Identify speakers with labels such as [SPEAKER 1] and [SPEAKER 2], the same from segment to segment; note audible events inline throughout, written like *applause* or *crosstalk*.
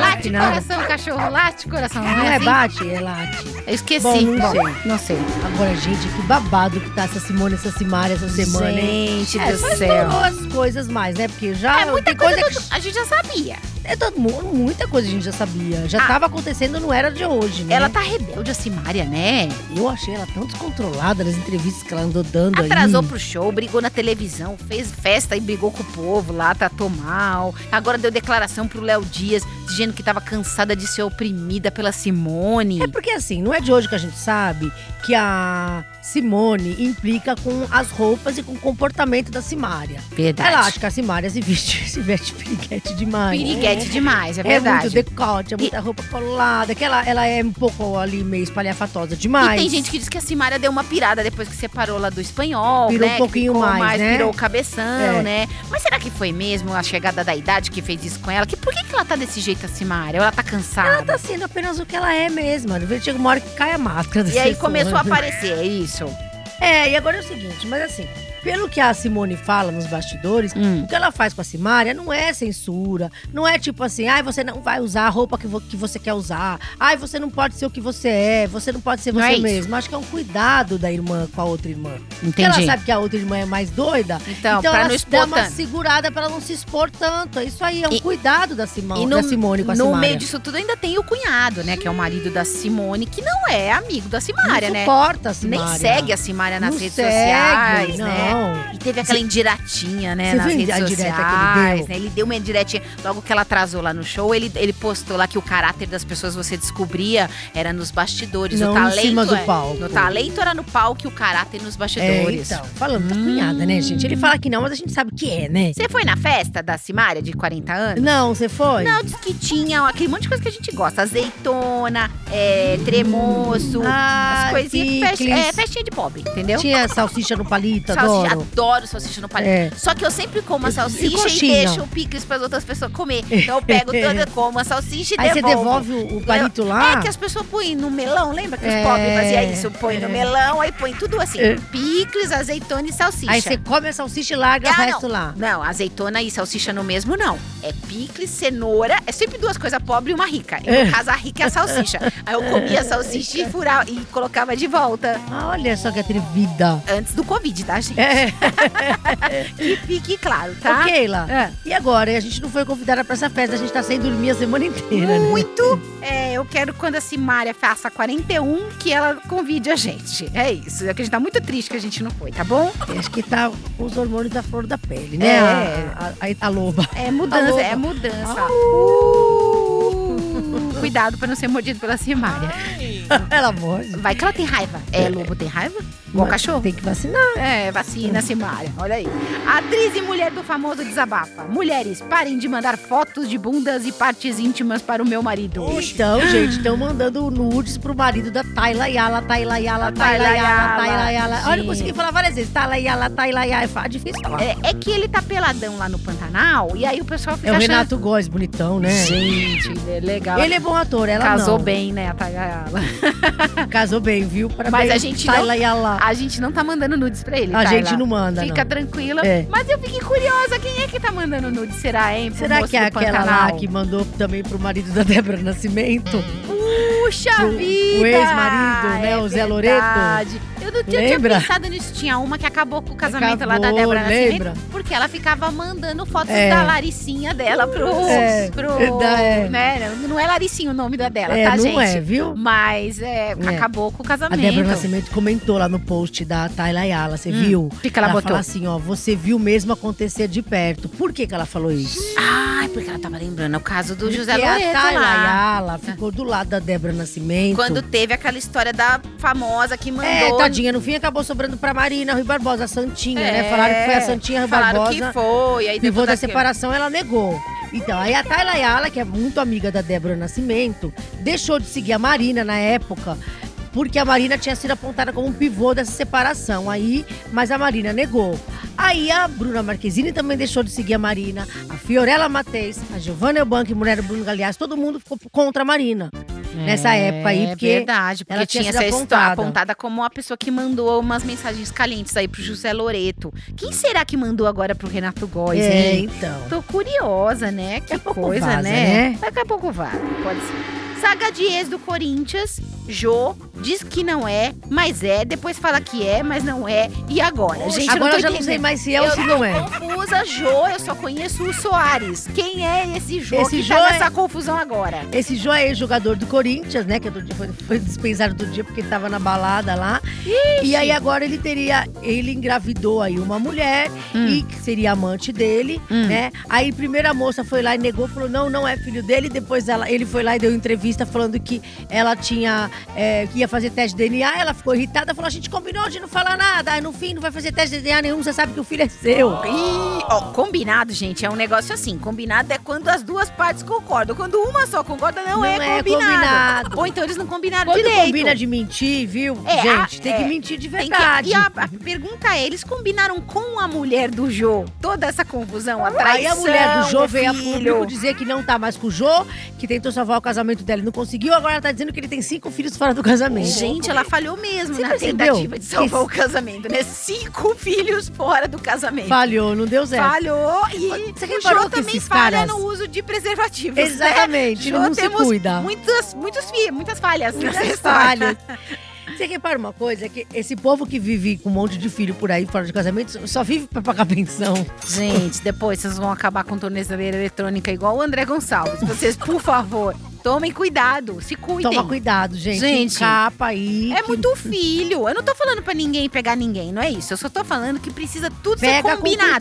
[SPEAKER 1] late,
[SPEAKER 2] de
[SPEAKER 1] nada.
[SPEAKER 2] coração, cachorro late, coração. Não,
[SPEAKER 1] Não
[SPEAKER 2] é
[SPEAKER 1] é
[SPEAKER 2] assim?
[SPEAKER 1] bate, é late.
[SPEAKER 2] Eu esqueci.
[SPEAKER 1] Bom, não sei.
[SPEAKER 3] Não sei.
[SPEAKER 1] Agora, gente, que babado que tá essa Simone, essa Simária essa semana, hein?
[SPEAKER 3] Gente
[SPEAKER 1] é,
[SPEAKER 3] do
[SPEAKER 1] mas
[SPEAKER 3] céu.
[SPEAKER 1] falou as coisas mais, né? Porque já
[SPEAKER 2] é muita
[SPEAKER 1] tem
[SPEAKER 2] coisa,
[SPEAKER 1] coisa
[SPEAKER 2] que a gente já sabia.
[SPEAKER 1] que... É todo mundo, muita coisa a gente já sabia. Já
[SPEAKER 2] Ah.
[SPEAKER 1] tava acontecendo, não era de hoje, né?
[SPEAKER 2] Ela tá rebelde, a Simária, né?
[SPEAKER 1] Eu achei ela tão descontrolada nas entrevistas que ela andou dando aí.
[SPEAKER 2] Atrasou pro show, brigou na televisão, fez festa e brigou com o povo lá, tratou mal. Agora deu declaração pro Léo Dias, dizendo que tava cansada de ser oprimida pela Simone.
[SPEAKER 1] É porque assim, não é de hoje que a gente sabe que a Simone implica com as roupas e com o comportamento da Simária.
[SPEAKER 2] Verdade.
[SPEAKER 1] Ela acha que a Simária se veste, *laughs* se veste piriguete demais.
[SPEAKER 2] Piriguete demais, é
[SPEAKER 1] É muito
[SPEAKER 2] verdade.
[SPEAKER 1] decote, é muita roupa colada, que ela, ela é um pouco ali meio espalhafatosa demais.
[SPEAKER 2] E tem gente que diz que a Simária deu uma pirada depois que separou lá do espanhol, né?
[SPEAKER 1] Pirou um
[SPEAKER 2] Que
[SPEAKER 1] pouquinho
[SPEAKER 2] ficou
[SPEAKER 1] mais, né?
[SPEAKER 2] Pirou o cabeção,
[SPEAKER 1] É.
[SPEAKER 2] né? Mas será que foi mesmo a chegada da idade que fez isso com ela? Que, por que, que ela tá desse jeito, a Simária? Ou Ela tá cansada?
[SPEAKER 1] Ela tá sendo apenas o que ela é mesmo. De repente chega uma hora que cai a máscara. das
[SPEAKER 2] E aí
[SPEAKER 1] pessoas,
[SPEAKER 2] começou a
[SPEAKER 1] né?
[SPEAKER 2] aparecer, é isso?
[SPEAKER 1] É, e agora é o seguinte, mas assim, pelo que a Simone fala nos bastidores,
[SPEAKER 2] Hum.
[SPEAKER 1] o que ela faz com a Simária não é censura, não é tipo assim, ai, você não vai usar a roupa que, vo- que você quer usar, ai, você não pode ser o que você é, você não pode ser
[SPEAKER 2] Não
[SPEAKER 1] você
[SPEAKER 2] é isso.
[SPEAKER 1] mesmo. Acho que é um cuidado da irmã com a outra irmã. Porque ela
[SPEAKER 2] Entendi.
[SPEAKER 1] sabe que a outra irmã é mais doida,
[SPEAKER 2] Então,
[SPEAKER 1] então
[SPEAKER 2] pra
[SPEAKER 1] ela
[SPEAKER 2] não
[SPEAKER 1] dá
[SPEAKER 2] expor
[SPEAKER 1] uma
[SPEAKER 2] tanto.
[SPEAKER 1] segurada pra ela não se expor tanto. É isso aí, é um
[SPEAKER 2] E-
[SPEAKER 1] cuidado da, Simão,
[SPEAKER 2] e
[SPEAKER 1] da Simone com a
[SPEAKER 2] no
[SPEAKER 1] Simária.
[SPEAKER 2] meio disso tudo ainda tem o cunhado, né? Que é o marido da Simone, que não é amigo da Simária,
[SPEAKER 1] não
[SPEAKER 2] né?
[SPEAKER 1] suporta a Simária.
[SPEAKER 2] Nem segue a Simária nas
[SPEAKER 1] Não
[SPEAKER 2] redes
[SPEAKER 1] segue,
[SPEAKER 2] sociais,
[SPEAKER 1] não.
[SPEAKER 2] né? E teve aquela indiretinha, né,
[SPEAKER 1] Você
[SPEAKER 2] nas
[SPEAKER 1] viu a
[SPEAKER 2] redes
[SPEAKER 1] indireta que ele
[SPEAKER 2] sociais.
[SPEAKER 1] deu?
[SPEAKER 2] Né? Ele deu uma indiretinha. Logo que ela atrasou lá no show, ele, ele postou lá que o caráter das pessoas você descobria era nos bastidores.
[SPEAKER 1] Não
[SPEAKER 2] o
[SPEAKER 1] em
[SPEAKER 2] talento
[SPEAKER 1] cima do
[SPEAKER 2] é-
[SPEAKER 1] palco.
[SPEAKER 2] No talento era no palco e o caráter nos
[SPEAKER 1] É,
[SPEAKER 2] bastidores.
[SPEAKER 1] então, falando da
[SPEAKER 2] Hum.
[SPEAKER 1] cunhada, né, gente? Ele fala que não, mas a gente sabe que é, né?
[SPEAKER 2] Você foi na festa da Simária de 40 anos?
[SPEAKER 1] Não, você foi?
[SPEAKER 2] Não, diz que tinha aquele monte de coisa que a gente gosta. Azeitona, é, tremoço,
[SPEAKER 1] Ah,
[SPEAKER 2] as coisinhas que festa,
[SPEAKER 1] picles.
[SPEAKER 2] é, festinha de pobre, entendeu?
[SPEAKER 1] Tinha salsicha no palito,
[SPEAKER 2] Salsicha,
[SPEAKER 1] adoro.
[SPEAKER 2] adoro salsicha no palito.
[SPEAKER 1] É.
[SPEAKER 2] Só que eu sempre como a salsicha e,
[SPEAKER 1] coxinha?
[SPEAKER 2] deixo o picles para as outras pessoas
[SPEAKER 1] *laughs*
[SPEAKER 2] comer. Então eu pego toda, como a salsicha e
[SPEAKER 1] Aí você
[SPEAKER 2] devolvo.
[SPEAKER 1] devolve o, o palito lá?
[SPEAKER 2] É que as pessoas põem no melão, lembra que os
[SPEAKER 1] É.
[SPEAKER 2] pobres faziam isso? Põe no
[SPEAKER 1] É.
[SPEAKER 2] melão, aí põe tudo assim:
[SPEAKER 1] É.
[SPEAKER 2] picles, azeitona e salsicha.
[SPEAKER 1] Aí você come a salsicha e larga o
[SPEAKER 2] Ah,
[SPEAKER 1] resto lá.
[SPEAKER 2] Não, azeitona e salsicha no mesmo, não. É picles, cenoura. É sempre duas coisas, pobre e uma rica. E no caso, a rica é a salsicha. Aí eu comia a salsicha e furava e colocava de volta.
[SPEAKER 1] Ah, olha só que atrevida.
[SPEAKER 2] Antes do Covid, tá, gente?
[SPEAKER 1] É,
[SPEAKER 2] Que fique claro, tá?
[SPEAKER 1] Ô, Keila,
[SPEAKER 2] É.
[SPEAKER 1] e agora? A gente não foi convidada pra essa festa, a gente tá sem dormir a semana inteira, né?
[SPEAKER 2] Muito. É, eu quero quando a Simária faça 41 que ela convide a gente. É isso. É que a gente tá muito triste que a gente não foi, tá bom?
[SPEAKER 1] Acho que tá com os hormônios da flor da pele,
[SPEAKER 2] É.
[SPEAKER 1] né? A, a, a *laughs* Italoba.
[SPEAKER 2] É mudança,
[SPEAKER 1] Alô?
[SPEAKER 2] é mudança. Uh, *laughs* Cuidado pra não ser mordido pela Simária.
[SPEAKER 1] Ela morde.
[SPEAKER 2] Vai que ela tem raiva. É, lobo tem raiva? Igual
[SPEAKER 1] Mas
[SPEAKER 2] cachorro?
[SPEAKER 1] Tem que vacinar.
[SPEAKER 2] É, vacina Simária. Olha aí. Atriz e mulher do famoso desabafa. Mulheres, parem de mandar fotos de bundas e partes íntimas para o meu marido.
[SPEAKER 1] Então, gente, estão mandando nudes pro marido da Tayla Yala, Tayla Yala, Tayla
[SPEAKER 2] Tayla Yala,
[SPEAKER 1] Yala, Tayla Yala. Olha, eu
[SPEAKER 2] gente.
[SPEAKER 1] consegui falar várias vezes. Tayla Yala, Tayla Yala. É fa- difícil falar.
[SPEAKER 2] É, é que ele tá peladão lá no Pantanal e aí o pessoal fica
[SPEAKER 1] É o
[SPEAKER 2] achando...
[SPEAKER 1] Renato Góes, bonitão, né?
[SPEAKER 2] Gente, é legal.
[SPEAKER 1] Ele é bom ator, ela
[SPEAKER 2] casou
[SPEAKER 1] não.
[SPEAKER 2] bem, né, a Tagayala.
[SPEAKER 1] Casou bem, viu? Parabéns,
[SPEAKER 2] Mas a gente não-
[SPEAKER 1] Tayla Yala.
[SPEAKER 2] A gente não tá mandando nudes pra ele,
[SPEAKER 1] A
[SPEAKER 2] Tayla.
[SPEAKER 1] gente não manda,
[SPEAKER 2] Fica
[SPEAKER 1] não.
[SPEAKER 2] tranquila.
[SPEAKER 1] É.
[SPEAKER 2] Mas eu fiquei curiosa, quem é que tá mandando nudes, será, hein? pro
[SPEAKER 1] Será
[SPEAKER 2] moço
[SPEAKER 1] que é
[SPEAKER 2] do
[SPEAKER 1] aquela lá
[SPEAKER 2] Pantanal? Uhum.
[SPEAKER 1] que mandou também pro marido da Débora Nascimento?
[SPEAKER 2] Puxa
[SPEAKER 1] Pro- o
[SPEAKER 2] vida!
[SPEAKER 1] ex-marido, né,
[SPEAKER 2] É
[SPEAKER 1] o Zé
[SPEAKER 2] verdade. Eu não tinha, tinha
[SPEAKER 1] Lembra?
[SPEAKER 2] pensado nisso. Tinha uma que acabou com o casamento lá da
[SPEAKER 1] Acabou,
[SPEAKER 2] Débora
[SPEAKER 1] lembra?
[SPEAKER 2] Nascimento. Porque ela ficava mandando fotos
[SPEAKER 1] É.
[SPEAKER 2] da Laricinha dela pro...
[SPEAKER 1] É,
[SPEAKER 2] pro
[SPEAKER 1] da- é.
[SPEAKER 2] né, não é Laricinha o nome da dela,
[SPEAKER 1] é,
[SPEAKER 2] tá,
[SPEAKER 1] não
[SPEAKER 2] gente?
[SPEAKER 1] é, viu?
[SPEAKER 2] Mas é, acabou com o
[SPEAKER 1] A
[SPEAKER 2] casamento.
[SPEAKER 1] Débora Nascimento comentou lá no post da Tayla Yala, você
[SPEAKER 2] Hum,
[SPEAKER 1] viu?
[SPEAKER 2] O que, que ela, botou?
[SPEAKER 1] fala assim, ó, você viu mesmo acontecer de perto. Por que que ela falou isso?
[SPEAKER 2] Ai, porque ela tava lembrando é o caso do José
[SPEAKER 1] assim. Porque é a
[SPEAKER 2] Loreto
[SPEAKER 1] Tayla
[SPEAKER 2] lá. Ah.
[SPEAKER 1] Yala ficou do lado da Débora Nascimento.
[SPEAKER 2] Quando teve aquela história da famosa que mandou...
[SPEAKER 1] É, tadinha, no fim acabou sobrando pra Marina Rui Barbosa, a Santinha,
[SPEAKER 2] É,
[SPEAKER 1] né? Falaram que foi a Santinha Rui
[SPEAKER 2] Falaram
[SPEAKER 1] Barbosa.
[SPEAKER 2] que foi, aí
[SPEAKER 1] Pivô
[SPEAKER 2] depois
[SPEAKER 1] da
[SPEAKER 2] daquilo.
[SPEAKER 1] separação, ela negou. Então, aí a Tayla Yala, que é muito amiga da Débora Nascimento, deixou de seguir a Marina na época, porque a Marina tinha sido apontada como um pivô dessa separação. Aí, mas a Marina negou. Aí a Bruna Marquezine também deixou de seguir a Marina, a Fiorella Matez, a Giovanna Eubank, mulher do Bruno Galeazzi, todo mundo ficou contra a Marina. nessa época aí, porque
[SPEAKER 2] É verdade, porque
[SPEAKER 1] ela tinha
[SPEAKER 2] tinha,
[SPEAKER 1] sido
[SPEAKER 2] essa história
[SPEAKER 1] apontada.
[SPEAKER 2] apontada como a pessoa que mandou umas mensagens calientes aí pro José Loreto. Quem será que mandou agora pro Renato Góes,
[SPEAKER 1] é,
[SPEAKER 2] hein?
[SPEAKER 1] então.
[SPEAKER 2] Tô curiosa, né? Que
[SPEAKER 1] a pouco
[SPEAKER 2] coisa,
[SPEAKER 1] vaza,
[SPEAKER 2] né?
[SPEAKER 1] né?
[SPEAKER 2] Daqui a pouco vaza, pode ser. Saga de ex do Corinthians, Jô, diz que não é, mas é, depois fala que é, mas não é, e agora? Gente, eu
[SPEAKER 1] Agora
[SPEAKER 2] não
[SPEAKER 1] eu
[SPEAKER 2] tô
[SPEAKER 1] já não sei
[SPEAKER 2] entendendo.
[SPEAKER 1] mais se é ou se não é.
[SPEAKER 2] Confusa, Jô, eu só conheço o Soares. Quem é esse Jô
[SPEAKER 1] Esse
[SPEAKER 2] que
[SPEAKER 1] Jô
[SPEAKER 2] tá
[SPEAKER 1] é-
[SPEAKER 2] nessa confusão agora?
[SPEAKER 1] Esse Jô é jogador do Corinthians, né? Que outro dia foi, foi dispensado outro dia porque ele tava na balada lá. E aí agora ele teria. Ele engravidou aí uma mulher e que seria amante dele,
[SPEAKER 2] Hum.
[SPEAKER 1] né? Aí primeiro a moça foi lá e negou, falou: não, não é filho dele. Depois ela, ele foi lá e deu entrevista falando que ela tinha. é, que ia fazer teste de DNA, ela ficou irritada, falou: a gente combinou de não falar nada. Aí no fim não vai fazer teste de DNA nenhum, você sabe que o filho é seu.
[SPEAKER 2] Ih, ó, combinado, gente, é um negócio assim. Combinado é quando as duas partes concordam. Quando uma só concorda, não,
[SPEAKER 1] Não
[SPEAKER 2] é,
[SPEAKER 1] é
[SPEAKER 2] combinado.
[SPEAKER 1] combinado.
[SPEAKER 2] Ou então eles não combinaram
[SPEAKER 1] Quando
[SPEAKER 2] direito.
[SPEAKER 1] combina de mentir, viu?
[SPEAKER 2] É,
[SPEAKER 1] Gente,
[SPEAKER 2] a-
[SPEAKER 1] tem que
[SPEAKER 2] é.
[SPEAKER 1] mentir de
[SPEAKER 2] Tem que-
[SPEAKER 1] verdade.
[SPEAKER 2] E a, a pergunta é, eles combinaram com a mulher do Jô? Toda essa confusão, a traição,
[SPEAKER 1] Aí a mulher do Jô
[SPEAKER 2] o
[SPEAKER 1] veio a
[SPEAKER 2] filho.
[SPEAKER 1] público dizer que não tá mais com o Jô, que tentou salvar o casamento dela e não conseguiu. Agora ela tá dizendo que ele tem cinco filhos fora do casamento.
[SPEAKER 2] Gente, ela falhou mesmo
[SPEAKER 1] Você
[SPEAKER 2] na
[SPEAKER 1] percebeu?
[SPEAKER 2] tentativa de salvar o casamento, né? Cinco *laughs* filhos fora do casamento.
[SPEAKER 1] falhou, não deu certo.
[SPEAKER 2] Falhou e
[SPEAKER 1] é. Você
[SPEAKER 2] o
[SPEAKER 1] reparou
[SPEAKER 2] Jô
[SPEAKER 1] que
[SPEAKER 2] também
[SPEAKER 1] esses
[SPEAKER 2] falha
[SPEAKER 1] caras-
[SPEAKER 2] no uso de preservativos, né?
[SPEAKER 1] Exatamente,
[SPEAKER 2] Jô,
[SPEAKER 1] não se
[SPEAKER 2] temos
[SPEAKER 1] cuida.
[SPEAKER 2] Muitas, muitos fi, muitas falhas nessa
[SPEAKER 1] Muitas
[SPEAKER 2] história.
[SPEAKER 1] falhas. Você repara uma coisa? Que esse povo que vive com um monte de filho por aí fora de casamento só vive pra pagar pensão.
[SPEAKER 2] Gente, depois vocês vão acabar com tornozeleira eletrônica igual o André Gonçalves. Vocês, por favor, tomem cuidado, se cuidem.
[SPEAKER 1] Toma cuidado, gente.
[SPEAKER 2] Gente,
[SPEAKER 1] Encapa aí.
[SPEAKER 2] É
[SPEAKER 1] que
[SPEAKER 2] muito filho. Eu não tô falando pra ninguém pegar ninguém, não é isso. Eu só tô falando que precisa tudo
[SPEAKER 1] Pega
[SPEAKER 2] ser
[SPEAKER 1] com
[SPEAKER 2] combinado.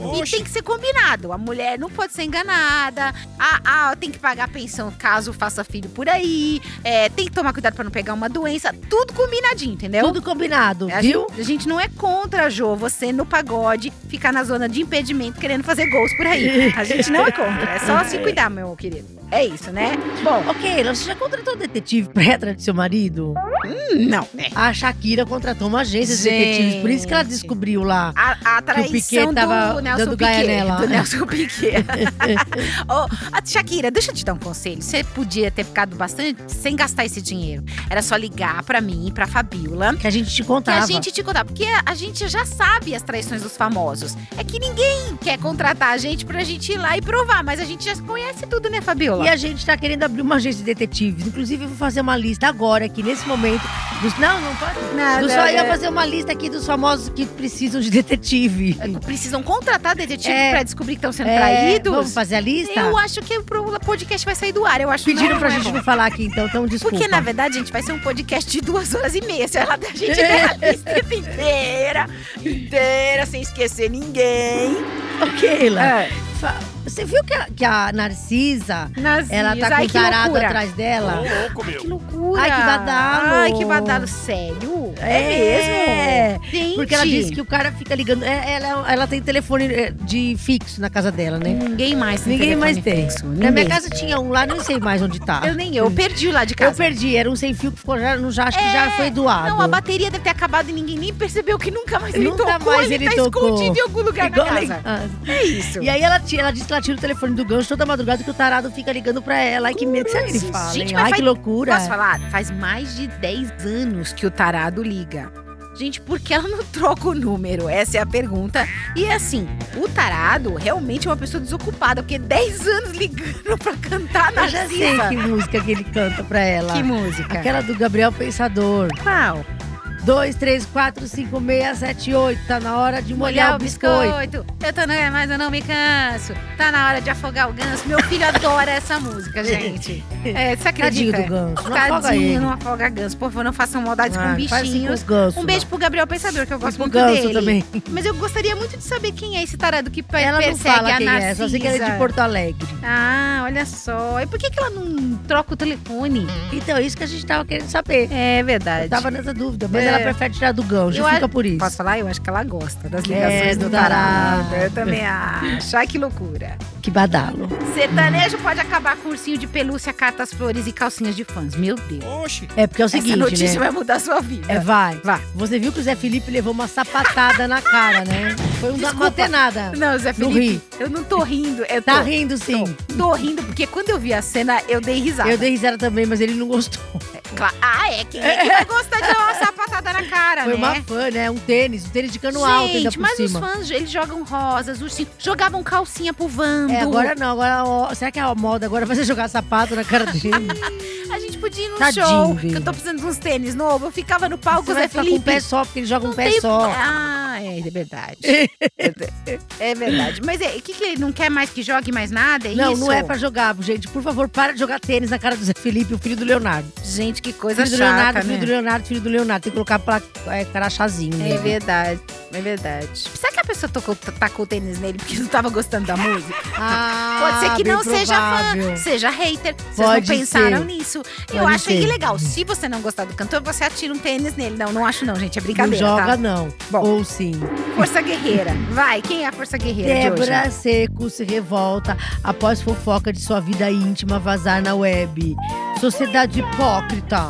[SPEAKER 1] cuidado.
[SPEAKER 2] e tem que ser combinado. A mulher não pode ser enganada. Ah, ah, tem que pagar pensão caso faça filho por aí. É, tem que tomar cuidado pra não pegar uma doença. Tudo combinadinho, entendeu?
[SPEAKER 1] Tudo combinado,
[SPEAKER 2] A
[SPEAKER 1] viu?
[SPEAKER 2] gente, a gente não um é contra, Jô, você no pagode ficar na zona de impedimento querendo fazer gols por aí. A gente não é contra. É só se cuidar, meu querido. É isso, né? Bom,
[SPEAKER 1] Ok, você já contratou um detetive pra ir atrás do seu marido? é
[SPEAKER 2] não, né?
[SPEAKER 1] A Shakira contratou uma agência de
[SPEAKER 2] Gente.
[SPEAKER 1] detetives, por isso que ela descobriu lá.
[SPEAKER 2] A, a
[SPEAKER 1] Que o Piquet
[SPEAKER 2] traição
[SPEAKER 1] tava
[SPEAKER 2] do Nelson
[SPEAKER 1] dando gaia
[SPEAKER 2] Piquet.
[SPEAKER 1] nela.
[SPEAKER 2] Do Nelson Piquet.
[SPEAKER 1] *laughs*
[SPEAKER 2] Ô, a Shakira, deixa eu te dar um conselho. Você podia ter ficado bastante sem gastar esse dinheiro. Era só ligar pra mim, pra Fabiola.
[SPEAKER 1] Que a gente te
[SPEAKER 2] Que
[SPEAKER 1] contava.
[SPEAKER 2] a gente te contar, porque a gente já sabe as traições dos famosos. É que ninguém quer contratar a gente pra gente ir lá e provar, mas a gente já conhece tudo, né, Fabiola?
[SPEAKER 1] E a gente tá querendo abrir uma agência de detetives. Inclusive, eu vou fazer uma lista agora, aqui nesse momento. Dos... Não, não pode.
[SPEAKER 2] Nada,
[SPEAKER 1] Do só eu
[SPEAKER 2] né?
[SPEAKER 1] vou fazer uma lista aqui dos famosos que precisam
[SPEAKER 2] *laughs*
[SPEAKER 1] de detetive.
[SPEAKER 2] Precisam contratar detetive
[SPEAKER 1] É.
[SPEAKER 2] pra descobrir que estão sendo
[SPEAKER 1] É,
[SPEAKER 2] Tá traídos?
[SPEAKER 1] vamos fazer a lista?
[SPEAKER 2] Eu acho que o podcast vai sair do ar. Eu acho
[SPEAKER 1] Pediram
[SPEAKER 2] não,
[SPEAKER 1] pra
[SPEAKER 2] não é
[SPEAKER 1] gente
[SPEAKER 2] bom.
[SPEAKER 1] não falar aqui, então, então desculpa.
[SPEAKER 2] Porque,
[SPEAKER 1] *laughs*
[SPEAKER 2] na verdade, gente, vai ser um podcast de duas horas e meia. Se ela a gente
[SPEAKER 1] É.
[SPEAKER 2] der a lista inteira, inteira, sem esquecer ninguém.
[SPEAKER 1] Ô, Keila,
[SPEAKER 2] É.
[SPEAKER 1] fa- você viu que a, que a Narcisa, ela tá com
[SPEAKER 2] Ai,
[SPEAKER 1] o
[SPEAKER 2] que
[SPEAKER 1] tarado
[SPEAKER 2] loucura.
[SPEAKER 1] atrás dela?
[SPEAKER 3] Ô, louco,
[SPEAKER 2] Que
[SPEAKER 3] meu.
[SPEAKER 2] loucura.
[SPEAKER 1] Ai, que badalo.
[SPEAKER 2] Ai, que badalo. Sério?
[SPEAKER 1] É.
[SPEAKER 2] mesmo? Gente.
[SPEAKER 1] Porque ela disse que o cara fica ligando. é, Ela, ela tem telefone é, de fixo na casa dela, né?
[SPEAKER 2] Ninguém mais tem
[SPEAKER 1] Ninguém mais
[SPEAKER 2] telefone
[SPEAKER 1] tem.
[SPEAKER 2] fixo,
[SPEAKER 1] Na
[SPEAKER 2] ninguém.
[SPEAKER 1] minha casa tinha um lá, não sei mais onde tá.
[SPEAKER 2] Eu nem eu. Eu perdi o lá de
[SPEAKER 1] Eu
[SPEAKER 2] casa. É,
[SPEAKER 1] perdi, era um sem fio que ficou já, não- já acho que já foi doado.
[SPEAKER 2] Não, a bateria deve ter acabado e ninguém nem percebeu que nunca mais ele
[SPEAKER 1] Nunca
[SPEAKER 2] tocou.
[SPEAKER 1] mais
[SPEAKER 2] ele
[SPEAKER 1] ele
[SPEAKER 2] tá
[SPEAKER 1] tocou.
[SPEAKER 2] escondido em algum lugar
[SPEAKER 1] Igual
[SPEAKER 2] na
[SPEAKER 1] lá
[SPEAKER 2] casa.
[SPEAKER 1] em casa.
[SPEAKER 2] É isso.
[SPEAKER 1] Ah, E aí ela, tira, ela disse que ela tira o telefone do gancho toda madrugada que o tarado fica ligando pra ela. Ai, que medo que ele
[SPEAKER 2] Gente,
[SPEAKER 1] fala, hein?
[SPEAKER 2] mas
[SPEAKER 1] Ai,
[SPEAKER 2] faz-
[SPEAKER 1] que loucura.
[SPEAKER 2] Posso falar? Faz mais de 10 anos que o tarado liga. Gente, por que ela não *laughs* troca o número? Essa é a pergunta. E assim, o tarado realmente é uma pessoa desocupada, porque 10 anos ligando pra cantar na
[SPEAKER 1] Eu já sei que música que ele canta pra ela.
[SPEAKER 2] Que música.
[SPEAKER 1] Aquela do Gabriel Pensador.
[SPEAKER 2] Qual?
[SPEAKER 1] 2, 3, 4, 5, 6, 7, 8. Tá na hora de molhar, o biscoito.
[SPEAKER 2] Eu tô na mas eu não me canso. Tá na hora de afogar o ganso. Meu filho adora essa música, gente. É, você
[SPEAKER 1] Tadinho
[SPEAKER 2] acredita?
[SPEAKER 1] do ganso. Não
[SPEAKER 2] Tadinho,
[SPEAKER 1] afoga ele.
[SPEAKER 2] não afoga ganso. Por favor, não façam maldades
[SPEAKER 1] Ah,
[SPEAKER 2] com
[SPEAKER 1] não faz assim com
[SPEAKER 2] bichinhos.
[SPEAKER 1] o ganso,
[SPEAKER 2] Um beijo pro Gabriel Pensador, que eu
[SPEAKER 1] não. E
[SPEAKER 2] gosto
[SPEAKER 1] pro
[SPEAKER 2] muito
[SPEAKER 1] ganso
[SPEAKER 2] dele.
[SPEAKER 1] também.
[SPEAKER 2] Mas eu gostaria muito de saber quem é esse tarado que pe-
[SPEAKER 1] Ela não
[SPEAKER 2] persegue
[SPEAKER 1] fala
[SPEAKER 2] a
[SPEAKER 1] quem
[SPEAKER 2] Narcisa.
[SPEAKER 1] é, só sei que ela é de Porto Alegre.
[SPEAKER 2] Ah, olha só. E por que, que ela não troca o telefone?
[SPEAKER 1] Então, é isso que a gente tava querendo saber.
[SPEAKER 2] É
[SPEAKER 1] Eu
[SPEAKER 2] verdade. É.
[SPEAKER 1] tava nessa dúvida, mas ela prefere tirar do gancho.
[SPEAKER 2] Eu
[SPEAKER 1] Fica
[SPEAKER 2] acho-
[SPEAKER 1] por isso.
[SPEAKER 2] Posso falar? Eu acho que ela gosta das
[SPEAKER 1] É,
[SPEAKER 2] ligações
[SPEAKER 1] do
[SPEAKER 2] do tarado.
[SPEAKER 1] tarado.
[SPEAKER 2] Eu também acho. Ai, que loucura.
[SPEAKER 1] Que badalo.
[SPEAKER 2] Sertanejo pode acabar com ursinho de pelúcia, cartas, flores e calcinhas de fãs. Meu Deus.
[SPEAKER 3] Oxi.
[SPEAKER 1] É porque é o seguinte,
[SPEAKER 2] Essa notícia
[SPEAKER 1] né?
[SPEAKER 2] vai mudar a sua vida.
[SPEAKER 1] É, vai.
[SPEAKER 2] Vai.
[SPEAKER 1] Você viu que o Zé Felipe levou uma sapatada na cara, né? Foi um da- uma
[SPEAKER 2] Desculpa.
[SPEAKER 1] tenada.
[SPEAKER 2] Não, Zé
[SPEAKER 1] Não
[SPEAKER 2] Felipe,
[SPEAKER 1] ri.
[SPEAKER 2] eu não tô rindo. Eu
[SPEAKER 1] Tá
[SPEAKER 2] tô,
[SPEAKER 1] rindo, sim.
[SPEAKER 2] Tô, tô rindo, porque quando eu vi a cena, eu dei risada.
[SPEAKER 1] Eu dei risada também, mas ele não gostou.
[SPEAKER 2] Cla- Ah, é? Quem é que vai gostar de dar uma sapatada na cara,
[SPEAKER 1] Foi
[SPEAKER 2] né?
[SPEAKER 1] uma fã, né? Um tênis, um tênis de cano alto ainda
[SPEAKER 2] Gente,
[SPEAKER 1] por
[SPEAKER 2] mas
[SPEAKER 1] cima.
[SPEAKER 2] os fãs, eles jogam rosas, ursinho. Jogavam calcinha pro Vando.
[SPEAKER 1] É, agora não, agora ó, será que é a moda agora fazer *laughs* jogar sapato na cara dele?
[SPEAKER 2] A gente podia ir num
[SPEAKER 1] Tadinho
[SPEAKER 2] show,
[SPEAKER 1] dele.
[SPEAKER 2] que eu tô precisando de uns tênis novos. Eu ficava no palco,
[SPEAKER 1] Você
[SPEAKER 2] Zé
[SPEAKER 1] vai ficar com um
[SPEAKER 2] Felipe.
[SPEAKER 1] pé só, porque ele joga um
[SPEAKER 2] Não
[SPEAKER 1] pé
[SPEAKER 2] tem-
[SPEAKER 1] só.
[SPEAKER 2] Ah, é, é verdade.
[SPEAKER 1] *laughs*
[SPEAKER 2] é verdade. Mas é, o que, que ele não quer mais que jogue mais nada? É
[SPEAKER 1] não,
[SPEAKER 2] isso?
[SPEAKER 1] não é pra jogar, gente. Por favor, para de jogar tênis na cara do Zé Felipe, o filho do Leonardo.
[SPEAKER 2] Gente, que coisa
[SPEAKER 1] Filho do
[SPEAKER 2] chata,
[SPEAKER 1] Leonardo, filho
[SPEAKER 2] né?
[SPEAKER 1] do Leonardo, filho do Leonardo. Tem que colocar pra, é, crachazinho.
[SPEAKER 2] É
[SPEAKER 1] nele.
[SPEAKER 2] verdade, é verdade. Será que a pessoa tocou, t- tacou o tênis nele porque não tava gostando da música?
[SPEAKER 1] Ah,
[SPEAKER 2] Pode ser que
[SPEAKER 1] bem
[SPEAKER 2] não seja
[SPEAKER 1] provável.
[SPEAKER 2] fã, seja hater. Vocês
[SPEAKER 1] Pode
[SPEAKER 2] não pensaram
[SPEAKER 1] ser.
[SPEAKER 2] nisso. Eu
[SPEAKER 1] Pode
[SPEAKER 2] acho
[SPEAKER 1] ser.
[SPEAKER 2] ilegal. Se você não gostar do cantor, você atira um tênis nele. Não, não acho não, gente. É
[SPEAKER 1] Não
[SPEAKER 2] brincadeira,
[SPEAKER 1] joga, não.
[SPEAKER 2] Bom.
[SPEAKER 1] Ou sim.
[SPEAKER 2] tá? Força guerreira. Vai, quem é a força guerreira de hoje? né?
[SPEAKER 1] Débora Seco se revolta após fofoca de sua vida íntima vazar na web. Sociedade hipócrita.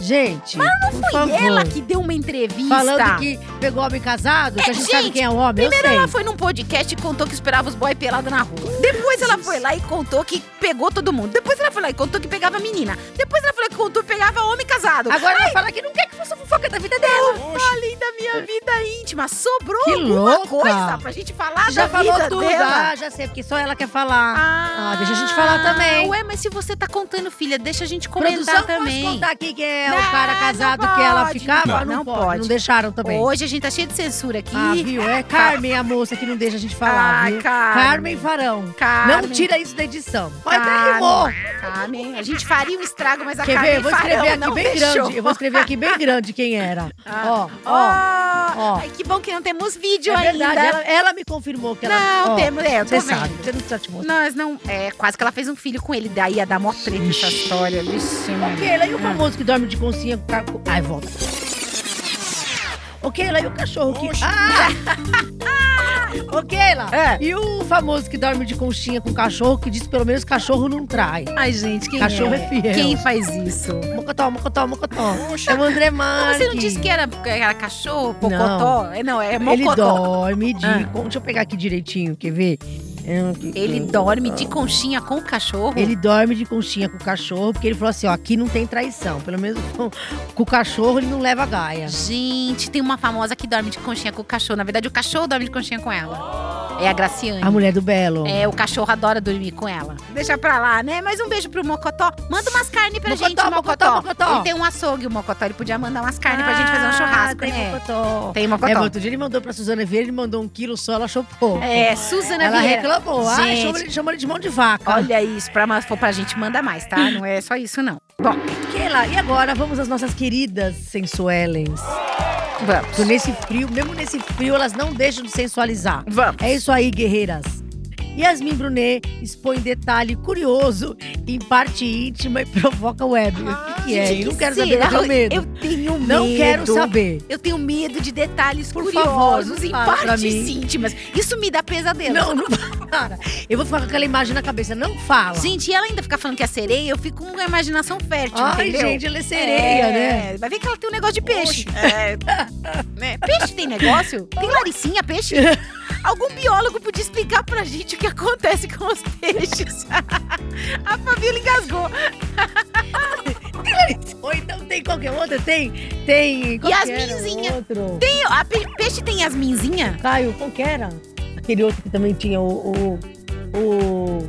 [SPEAKER 1] Gente, Mas não por
[SPEAKER 2] Foi
[SPEAKER 1] favor.
[SPEAKER 2] ela que deu uma entrevista.
[SPEAKER 1] Falando que pegou homem casado, que a
[SPEAKER 2] É,
[SPEAKER 1] gente, sabe
[SPEAKER 2] gente,
[SPEAKER 1] quem é homem, eu
[SPEAKER 2] Primeiro
[SPEAKER 1] sei.
[SPEAKER 2] ela foi num podcast e contou que esperava os boy pelado na rua. Depois ela foi lá e contou que pegou todo mundo. Depois ela foi lá e contou que pegava menina. Depois ela foi lá e contou que pegava homem casado.
[SPEAKER 1] Agora ela fala que não quer que faça fofoca da vida dela.
[SPEAKER 3] Oxi.
[SPEAKER 2] Além da minha vida íntima, sobrou
[SPEAKER 1] Que
[SPEAKER 2] alguma
[SPEAKER 1] louca.
[SPEAKER 2] coisa pra gente falar
[SPEAKER 1] já
[SPEAKER 2] da
[SPEAKER 1] falou
[SPEAKER 2] vida
[SPEAKER 1] tudo.
[SPEAKER 2] dela.
[SPEAKER 1] Ah, já sei, porque só ela quer falar.
[SPEAKER 2] Ah,
[SPEAKER 1] deixa a gente falar também.
[SPEAKER 2] Ué, mas se você tá contando, filha, deixa a gente comentar
[SPEAKER 1] Produção,
[SPEAKER 2] também.
[SPEAKER 1] posso contar aqui quem é
[SPEAKER 2] Não,
[SPEAKER 1] o cara
[SPEAKER 2] não
[SPEAKER 1] casado
[SPEAKER 2] pode.
[SPEAKER 1] que ela ficava?
[SPEAKER 2] Não, não pode.
[SPEAKER 1] Não deixaram também.
[SPEAKER 2] Hoje a gente tá cheio de censura aqui.
[SPEAKER 1] Ah, viu? É Carmen a moça que não deixa a gente falar,
[SPEAKER 2] Ai,
[SPEAKER 1] viu?
[SPEAKER 2] Ah, Carmen.
[SPEAKER 1] Carmen Farão.
[SPEAKER 2] Carmen.
[SPEAKER 1] Não tira isso da edição. Olha, até
[SPEAKER 2] Carmen.
[SPEAKER 1] rimou.
[SPEAKER 2] Carmen. A gente faria um estrago, mas a
[SPEAKER 1] Quer
[SPEAKER 2] Carmen
[SPEAKER 1] ver? Eu vou escrever
[SPEAKER 2] Farão
[SPEAKER 1] aqui
[SPEAKER 2] não
[SPEAKER 1] bem
[SPEAKER 2] deixou.
[SPEAKER 1] grande. Eu vou escrever aqui bem grande quem era.
[SPEAKER 2] Ah.
[SPEAKER 1] Ó, ó.
[SPEAKER 2] Ó,
[SPEAKER 1] ó.
[SPEAKER 2] Ai, que bom que não temos vídeo
[SPEAKER 1] É
[SPEAKER 2] ainda.
[SPEAKER 1] verdade, ela, ela me confirmou que ela...
[SPEAKER 2] Não,
[SPEAKER 1] ó,
[SPEAKER 2] temos, é, eu tô
[SPEAKER 1] Você
[SPEAKER 2] vendo.
[SPEAKER 1] sabe, você não precisa te mostrar.
[SPEAKER 2] Nós não. É, quase que ela fez um filho com ele. Daí ia dar mó treta essa história. Vixe, Ah.
[SPEAKER 1] Ô,
[SPEAKER 2] mano.
[SPEAKER 1] Keila, e o famoso que dorme de consciência com ca- Ai, volta. Ô, Keila, e o cachorro que...
[SPEAKER 3] Oxe.
[SPEAKER 1] Ah! Ô, Keila,
[SPEAKER 2] É.
[SPEAKER 1] e o famoso que dorme de conchinha com cachorro que diz que pelo menos cachorro não trai?
[SPEAKER 2] Ai, gente, quem
[SPEAKER 1] Cachorro é fiel.
[SPEAKER 2] Quem faz isso?
[SPEAKER 1] Mocotó, mocotó, mocotó.
[SPEAKER 3] Oxe.
[SPEAKER 1] É o André Marques.
[SPEAKER 2] Você não disse que era, que era cachorro, pocotó? É, Não, é mocotó.
[SPEAKER 1] Ele dorme de...
[SPEAKER 2] Ah.
[SPEAKER 1] con- Deixa eu pegar aqui direitinho, quer ver? É um que-
[SPEAKER 2] Ele dorme de conchinha com o cachorro?
[SPEAKER 1] Ele dorme de conchinha com o cachorro, porque ele falou assim, ó, aqui não tem traição. Pelo menos com, com o cachorro ele não leva gaia.
[SPEAKER 2] Gente, tem uma famosa que dorme de conchinha com o cachorro. Na verdade, o cachorro dorme de conchinha com ela. É a Graciane.
[SPEAKER 1] A mulher do Belo.
[SPEAKER 2] É, o cachorro adora dormir com ela. Deixa pra lá, né? Mas um beijo pro Mocotó. Manda umas carnes pra
[SPEAKER 1] Mocotó,
[SPEAKER 2] gente, Mocotó.
[SPEAKER 1] Mocotó, Mocotó.
[SPEAKER 2] Ele tem um açougue, o Mocotó. Ele podia mandar umas carnes pra gente fazer um churrasco,
[SPEAKER 1] tem
[SPEAKER 2] né?
[SPEAKER 1] Mocotó.
[SPEAKER 2] Tem Mocotó.
[SPEAKER 1] É, mas outro dia ele mandou pra Suzana Vieira, ele mandou um quilo só, ela achou pouco.
[SPEAKER 2] É, Suzana
[SPEAKER 1] ela
[SPEAKER 2] Vieira.
[SPEAKER 1] reclamou. Ai,
[SPEAKER 2] Gente.
[SPEAKER 1] chamou ele, chamou ele de mão de vaca.
[SPEAKER 2] Olha isso, pra, ma- for pra gente manda mais, tá? Não é só isso, não. Bom,
[SPEAKER 1] Keila, e agora vamos às nossas queridas sensuelens.
[SPEAKER 2] vamos.
[SPEAKER 1] Porque nesse frio, mesmo nesse frio, elas não deixam de sensualizar.
[SPEAKER 2] Vamos.
[SPEAKER 1] É isso aí, guerreiras. Yasmin Brunet expõe detalhe curioso em parte íntima e provoca web. o que, que é?
[SPEAKER 2] Ah, Gente,
[SPEAKER 1] Eu não quero
[SPEAKER 2] será?
[SPEAKER 1] saber, eu tenho medo.
[SPEAKER 2] Eu tenho medo.
[SPEAKER 1] não quero saber.
[SPEAKER 2] Eu tenho medo de detalhes
[SPEAKER 1] Por
[SPEAKER 2] curiosos
[SPEAKER 1] favor,
[SPEAKER 2] em
[SPEAKER 1] fala pra
[SPEAKER 2] partes
[SPEAKER 1] mim.
[SPEAKER 2] íntimas. Isso me dá pesadelo.
[SPEAKER 1] Não, não *laughs* para. Eu vou ficar com aquela imagem na cabeça. Não fala.
[SPEAKER 2] Gente, e ela ainda fica falando que é sereia, eu fico com a imaginação fértil,
[SPEAKER 1] Ai,
[SPEAKER 2] entendeu?
[SPEAKER 1] gente, ela é sereia, né?
[SPEAKER 2] Vai ver que ela tem um negócio de peixe. É, *laughs* né? Peixe tem negócio? Tem Laricinha,
[SPEAKER 1] *laughs*
[SPEAKER 2] peixe? Algum biólogo podia explicar pra gente o que acontece com os peixes. *laughs* a Fabíola engasgou.
[SPEAKER 1] Ou então tem qualquer outra? Tem. Tem. Qual que era o
[SPEAKER 2] Yasminzinha.
[SPEAKER 1] Outro?
[SPEAKER 2] Tem, a pe- peixe tem as minzinhas?
[SPEAKER 1] Caio, qual que era? Aquele outro que também tinha o. o, o-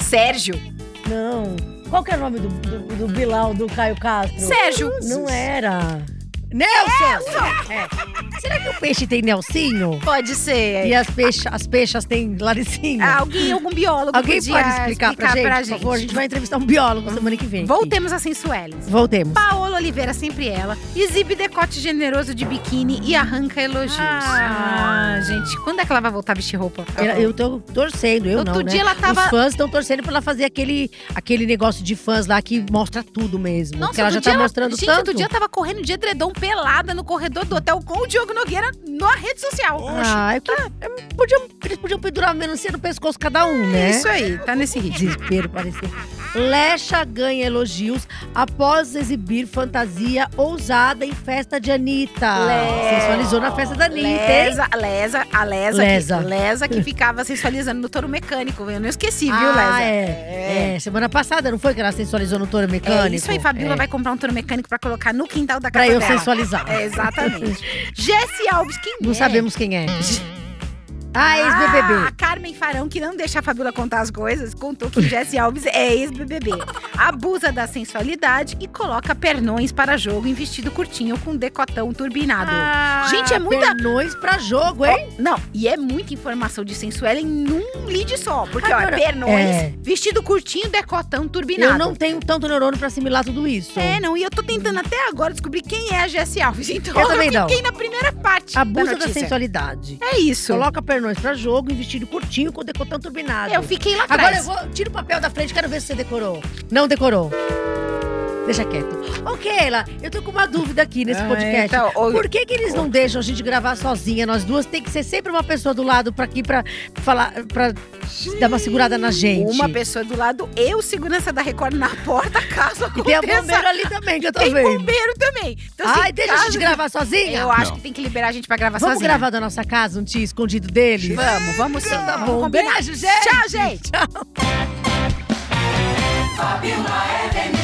[SPEAKER 2] Sérgio.
[SPEAKER 1] não. Qual que era o nome do, do, do vilão do Caio Castro?
[SPEAKER 2] Sérgio.
[SPEAKER 1] Não era. Nelson! É. Será que o peixe tem Nelsinho?
[SPEAKER 2] Pode ser.
[SPEAKER 1] E as, peixa, as peixas têm Laricinho?
[SPEAKER 2] É. Ah, Alguém, algum biólogo
[SPEAKER 1] Alguém
[SPEAKER 2] podia
[SPEAKER 1] pode explicar, pra, gente, por favor? A gente vai entrevistar um biólogo semana que vem.
[SPEAKER 2] Voltemos a sensuelis.
[SPEAKER 1] Voltemos.
[SPEAKER 2] Paola Oliveira, sempre ela, exibe decote generoso de biquíni e arranca elogios.
[SPEAKER 1] Ah.
[SPEAKER 2] Ah, gente, quando é que ela vai voltar a vestir roupa?
[SPEAKER 1] Ela- Eu tô torcendo, eu
[SPEAKER 2] Outro
[SPEAKER 1] não, né?
[SPEAKER 2] dia ela
[SPEAKER 1] Os
[SPEAKER 2] tava.
[SPEAKER 1] fãs estão torcendo pra ela fazer aquele, aquele negócio de fãs lá que mostra tudo mesmo.
[SPEAKER 2] Nossa,
[SPEAKER 1] que ela
[SPEAKER 2] outro
[SPEAKER 1] já
[SPEAKER 2] dia
[SPEAKER 1] tá mostrando
[SPEAKER 2] Gente,
[SPEAKER 1] tanto.
[SPEAKER 2] outro dia eu tava correndo de edredom pelada no corredor do hotel com o Diogo Nogueira na rede social.
[SPEAKER 1] Ah, eu queria- eu podia, eles podiam pendurar uma melancia no pescoço cada um, né?
[SPEAKER 2] É Isso aí, tá nesse ritmo.
[SPEAKER 1] Desespero parecer. Lecha ganha elogios após exibir fantasia ousada em festa de Anitta.
[SPEAKER 2] Le-
[SPEAKER 1] Sensualizou na festa da Anitta, hein?
[SPEAKER 2] Ah, Lesa, Lesa, a Lesa.
[SPEAKER 1] Lesa.
[SPEAKER 2] Que, Lesa que ficava sensualizando no touro mecânico. Eu não esqueci, viu,
[SPEAKER 1] ah,
[SPEAKER 2] Lesa?
[SPEAKER 1] é.
[SPEAKER 2] É.
[SPEAKER 1] é. semana passada, não foi que ela sensualizou no touro mecânico?
[SPEAKER 2] É isso aí, Fabiola
[SPEAKER 1] É.
[SPEAKER 2] vai comprar um touro mecânico pra colocar no quintal da casa
[SPEAKER 1] Pra eu
[SPEAKER 2] dela.
[SPEAKER 1] sensualizar.
[SPEAKER 2] É,
[SPEAKER 1] *laughs*
[SPEAKER 2] exatamente. Jesse Alves, quem
[SPEAKER 1] Não
[SPEAKER 2] é?
[SPEAKER 1] sabemos quem é. Ah, ex-BBB.
[SPEAKER 2] *laughs* Ah, a Carmen Farão, que não deixa a Fabiola contar as coisas, contou que Jesse Alves é ex-BBB. Abusa da sensualidade e coloca pernões para jogo em vestido curtinho com decotão turbinado.
[SPEAKER 1] Ah.
[SPEAKER 2] Gente, é muita-
[SPEAKER 1] Pernões pra jogo, hein?
[SPEAKER 2] Não, e é muita informação de sensuela em um lead só. Porque,
[SPEAKER 1] Agora-
[SPEAKER 2] ó, pernões,
[SPEAKER 1] É.
[SPEAKER 2] vestido curtinho, decotão, turbinado.
[SPEAKER 1] Eu não tenho tanto neurônio pra assimilar tudo isso.
[SPEAKER 2] É, não, e eu tô tentando até agora descobrir quem é a Jessie Alves. *laughs* Então
[SPEAKER 1] Eu também não.
[SPEAKER 2] fiquei na primeira parte
[SPEAKER 1] Abusa da,
[SPEAKER 2] da notícia.
[SPEAKER 1] sensualidade.
[SPEAKER 2] É isso.
[SPEAKER 1] Coloca pernões pra jogo em vestido curtinho com decotão turbinado.
[SPEAKER 2] Eu fiquei lá
[SPEAKER 1] Agora
[SPEAKER 2] atrás.
[SPEAKER 1] eu vou. Tira o papel da frente, quero ver se você decorou. Não decorou. Deixa quieto. Ô, Keila, eu tô com uma dúvida aqui nesse
[SPEAKER 2] Ah,
[SPEAKER 1] podcast.
[SPEAKER 2] então, ô-
[SPEAKER 1] Por que, que eles não deixam a gente gravar sozinha? Nós duas tem que ser sempre uma pessoa do lado pra aqui pra falar, pra dar uma segurada na gente.
[SPEAKER 2] Uma pessoa do lado e o segurança da Record na porta, caso
[SPEAKER 1] E tem a
[SPEAKER 2] aconteça.
[SPEAKER 1] bombeira ali também, que eu tô
[SPEAKER 2] Tem
[SPEAKER 1] vendo.
[SPEAKER 2] bombeiro também. Então, assim,
[SPEAKER 1] Ai, deixa a
[SPEAKER 2] caso-
[SPEAKER 1] gente gravar sozinha?
[SPEAKER 2] Eu acho
[SPEAKER 3] Não.
[SPEAKER 2] que tem que liberar a gente pra assim, gravar
[SPEAKER 1] Vamos
[SPEAKER 2] sozinha.
[SPEAKER 1] gravar da nossa casa um dia escondido deles?
[SPEAKER 2] Vamos, vamos sim.
[SPEAKER 1] Tá
[SPEAKER 2] né? vamos
[SPEAKER 1] bom.
[SPEAKER 2] combinar.
[SPEAKER 1] Beijo, gente.
[SPEAKER 2] Tchau, gente.
[SPEAKER 4] Fabiola é demais.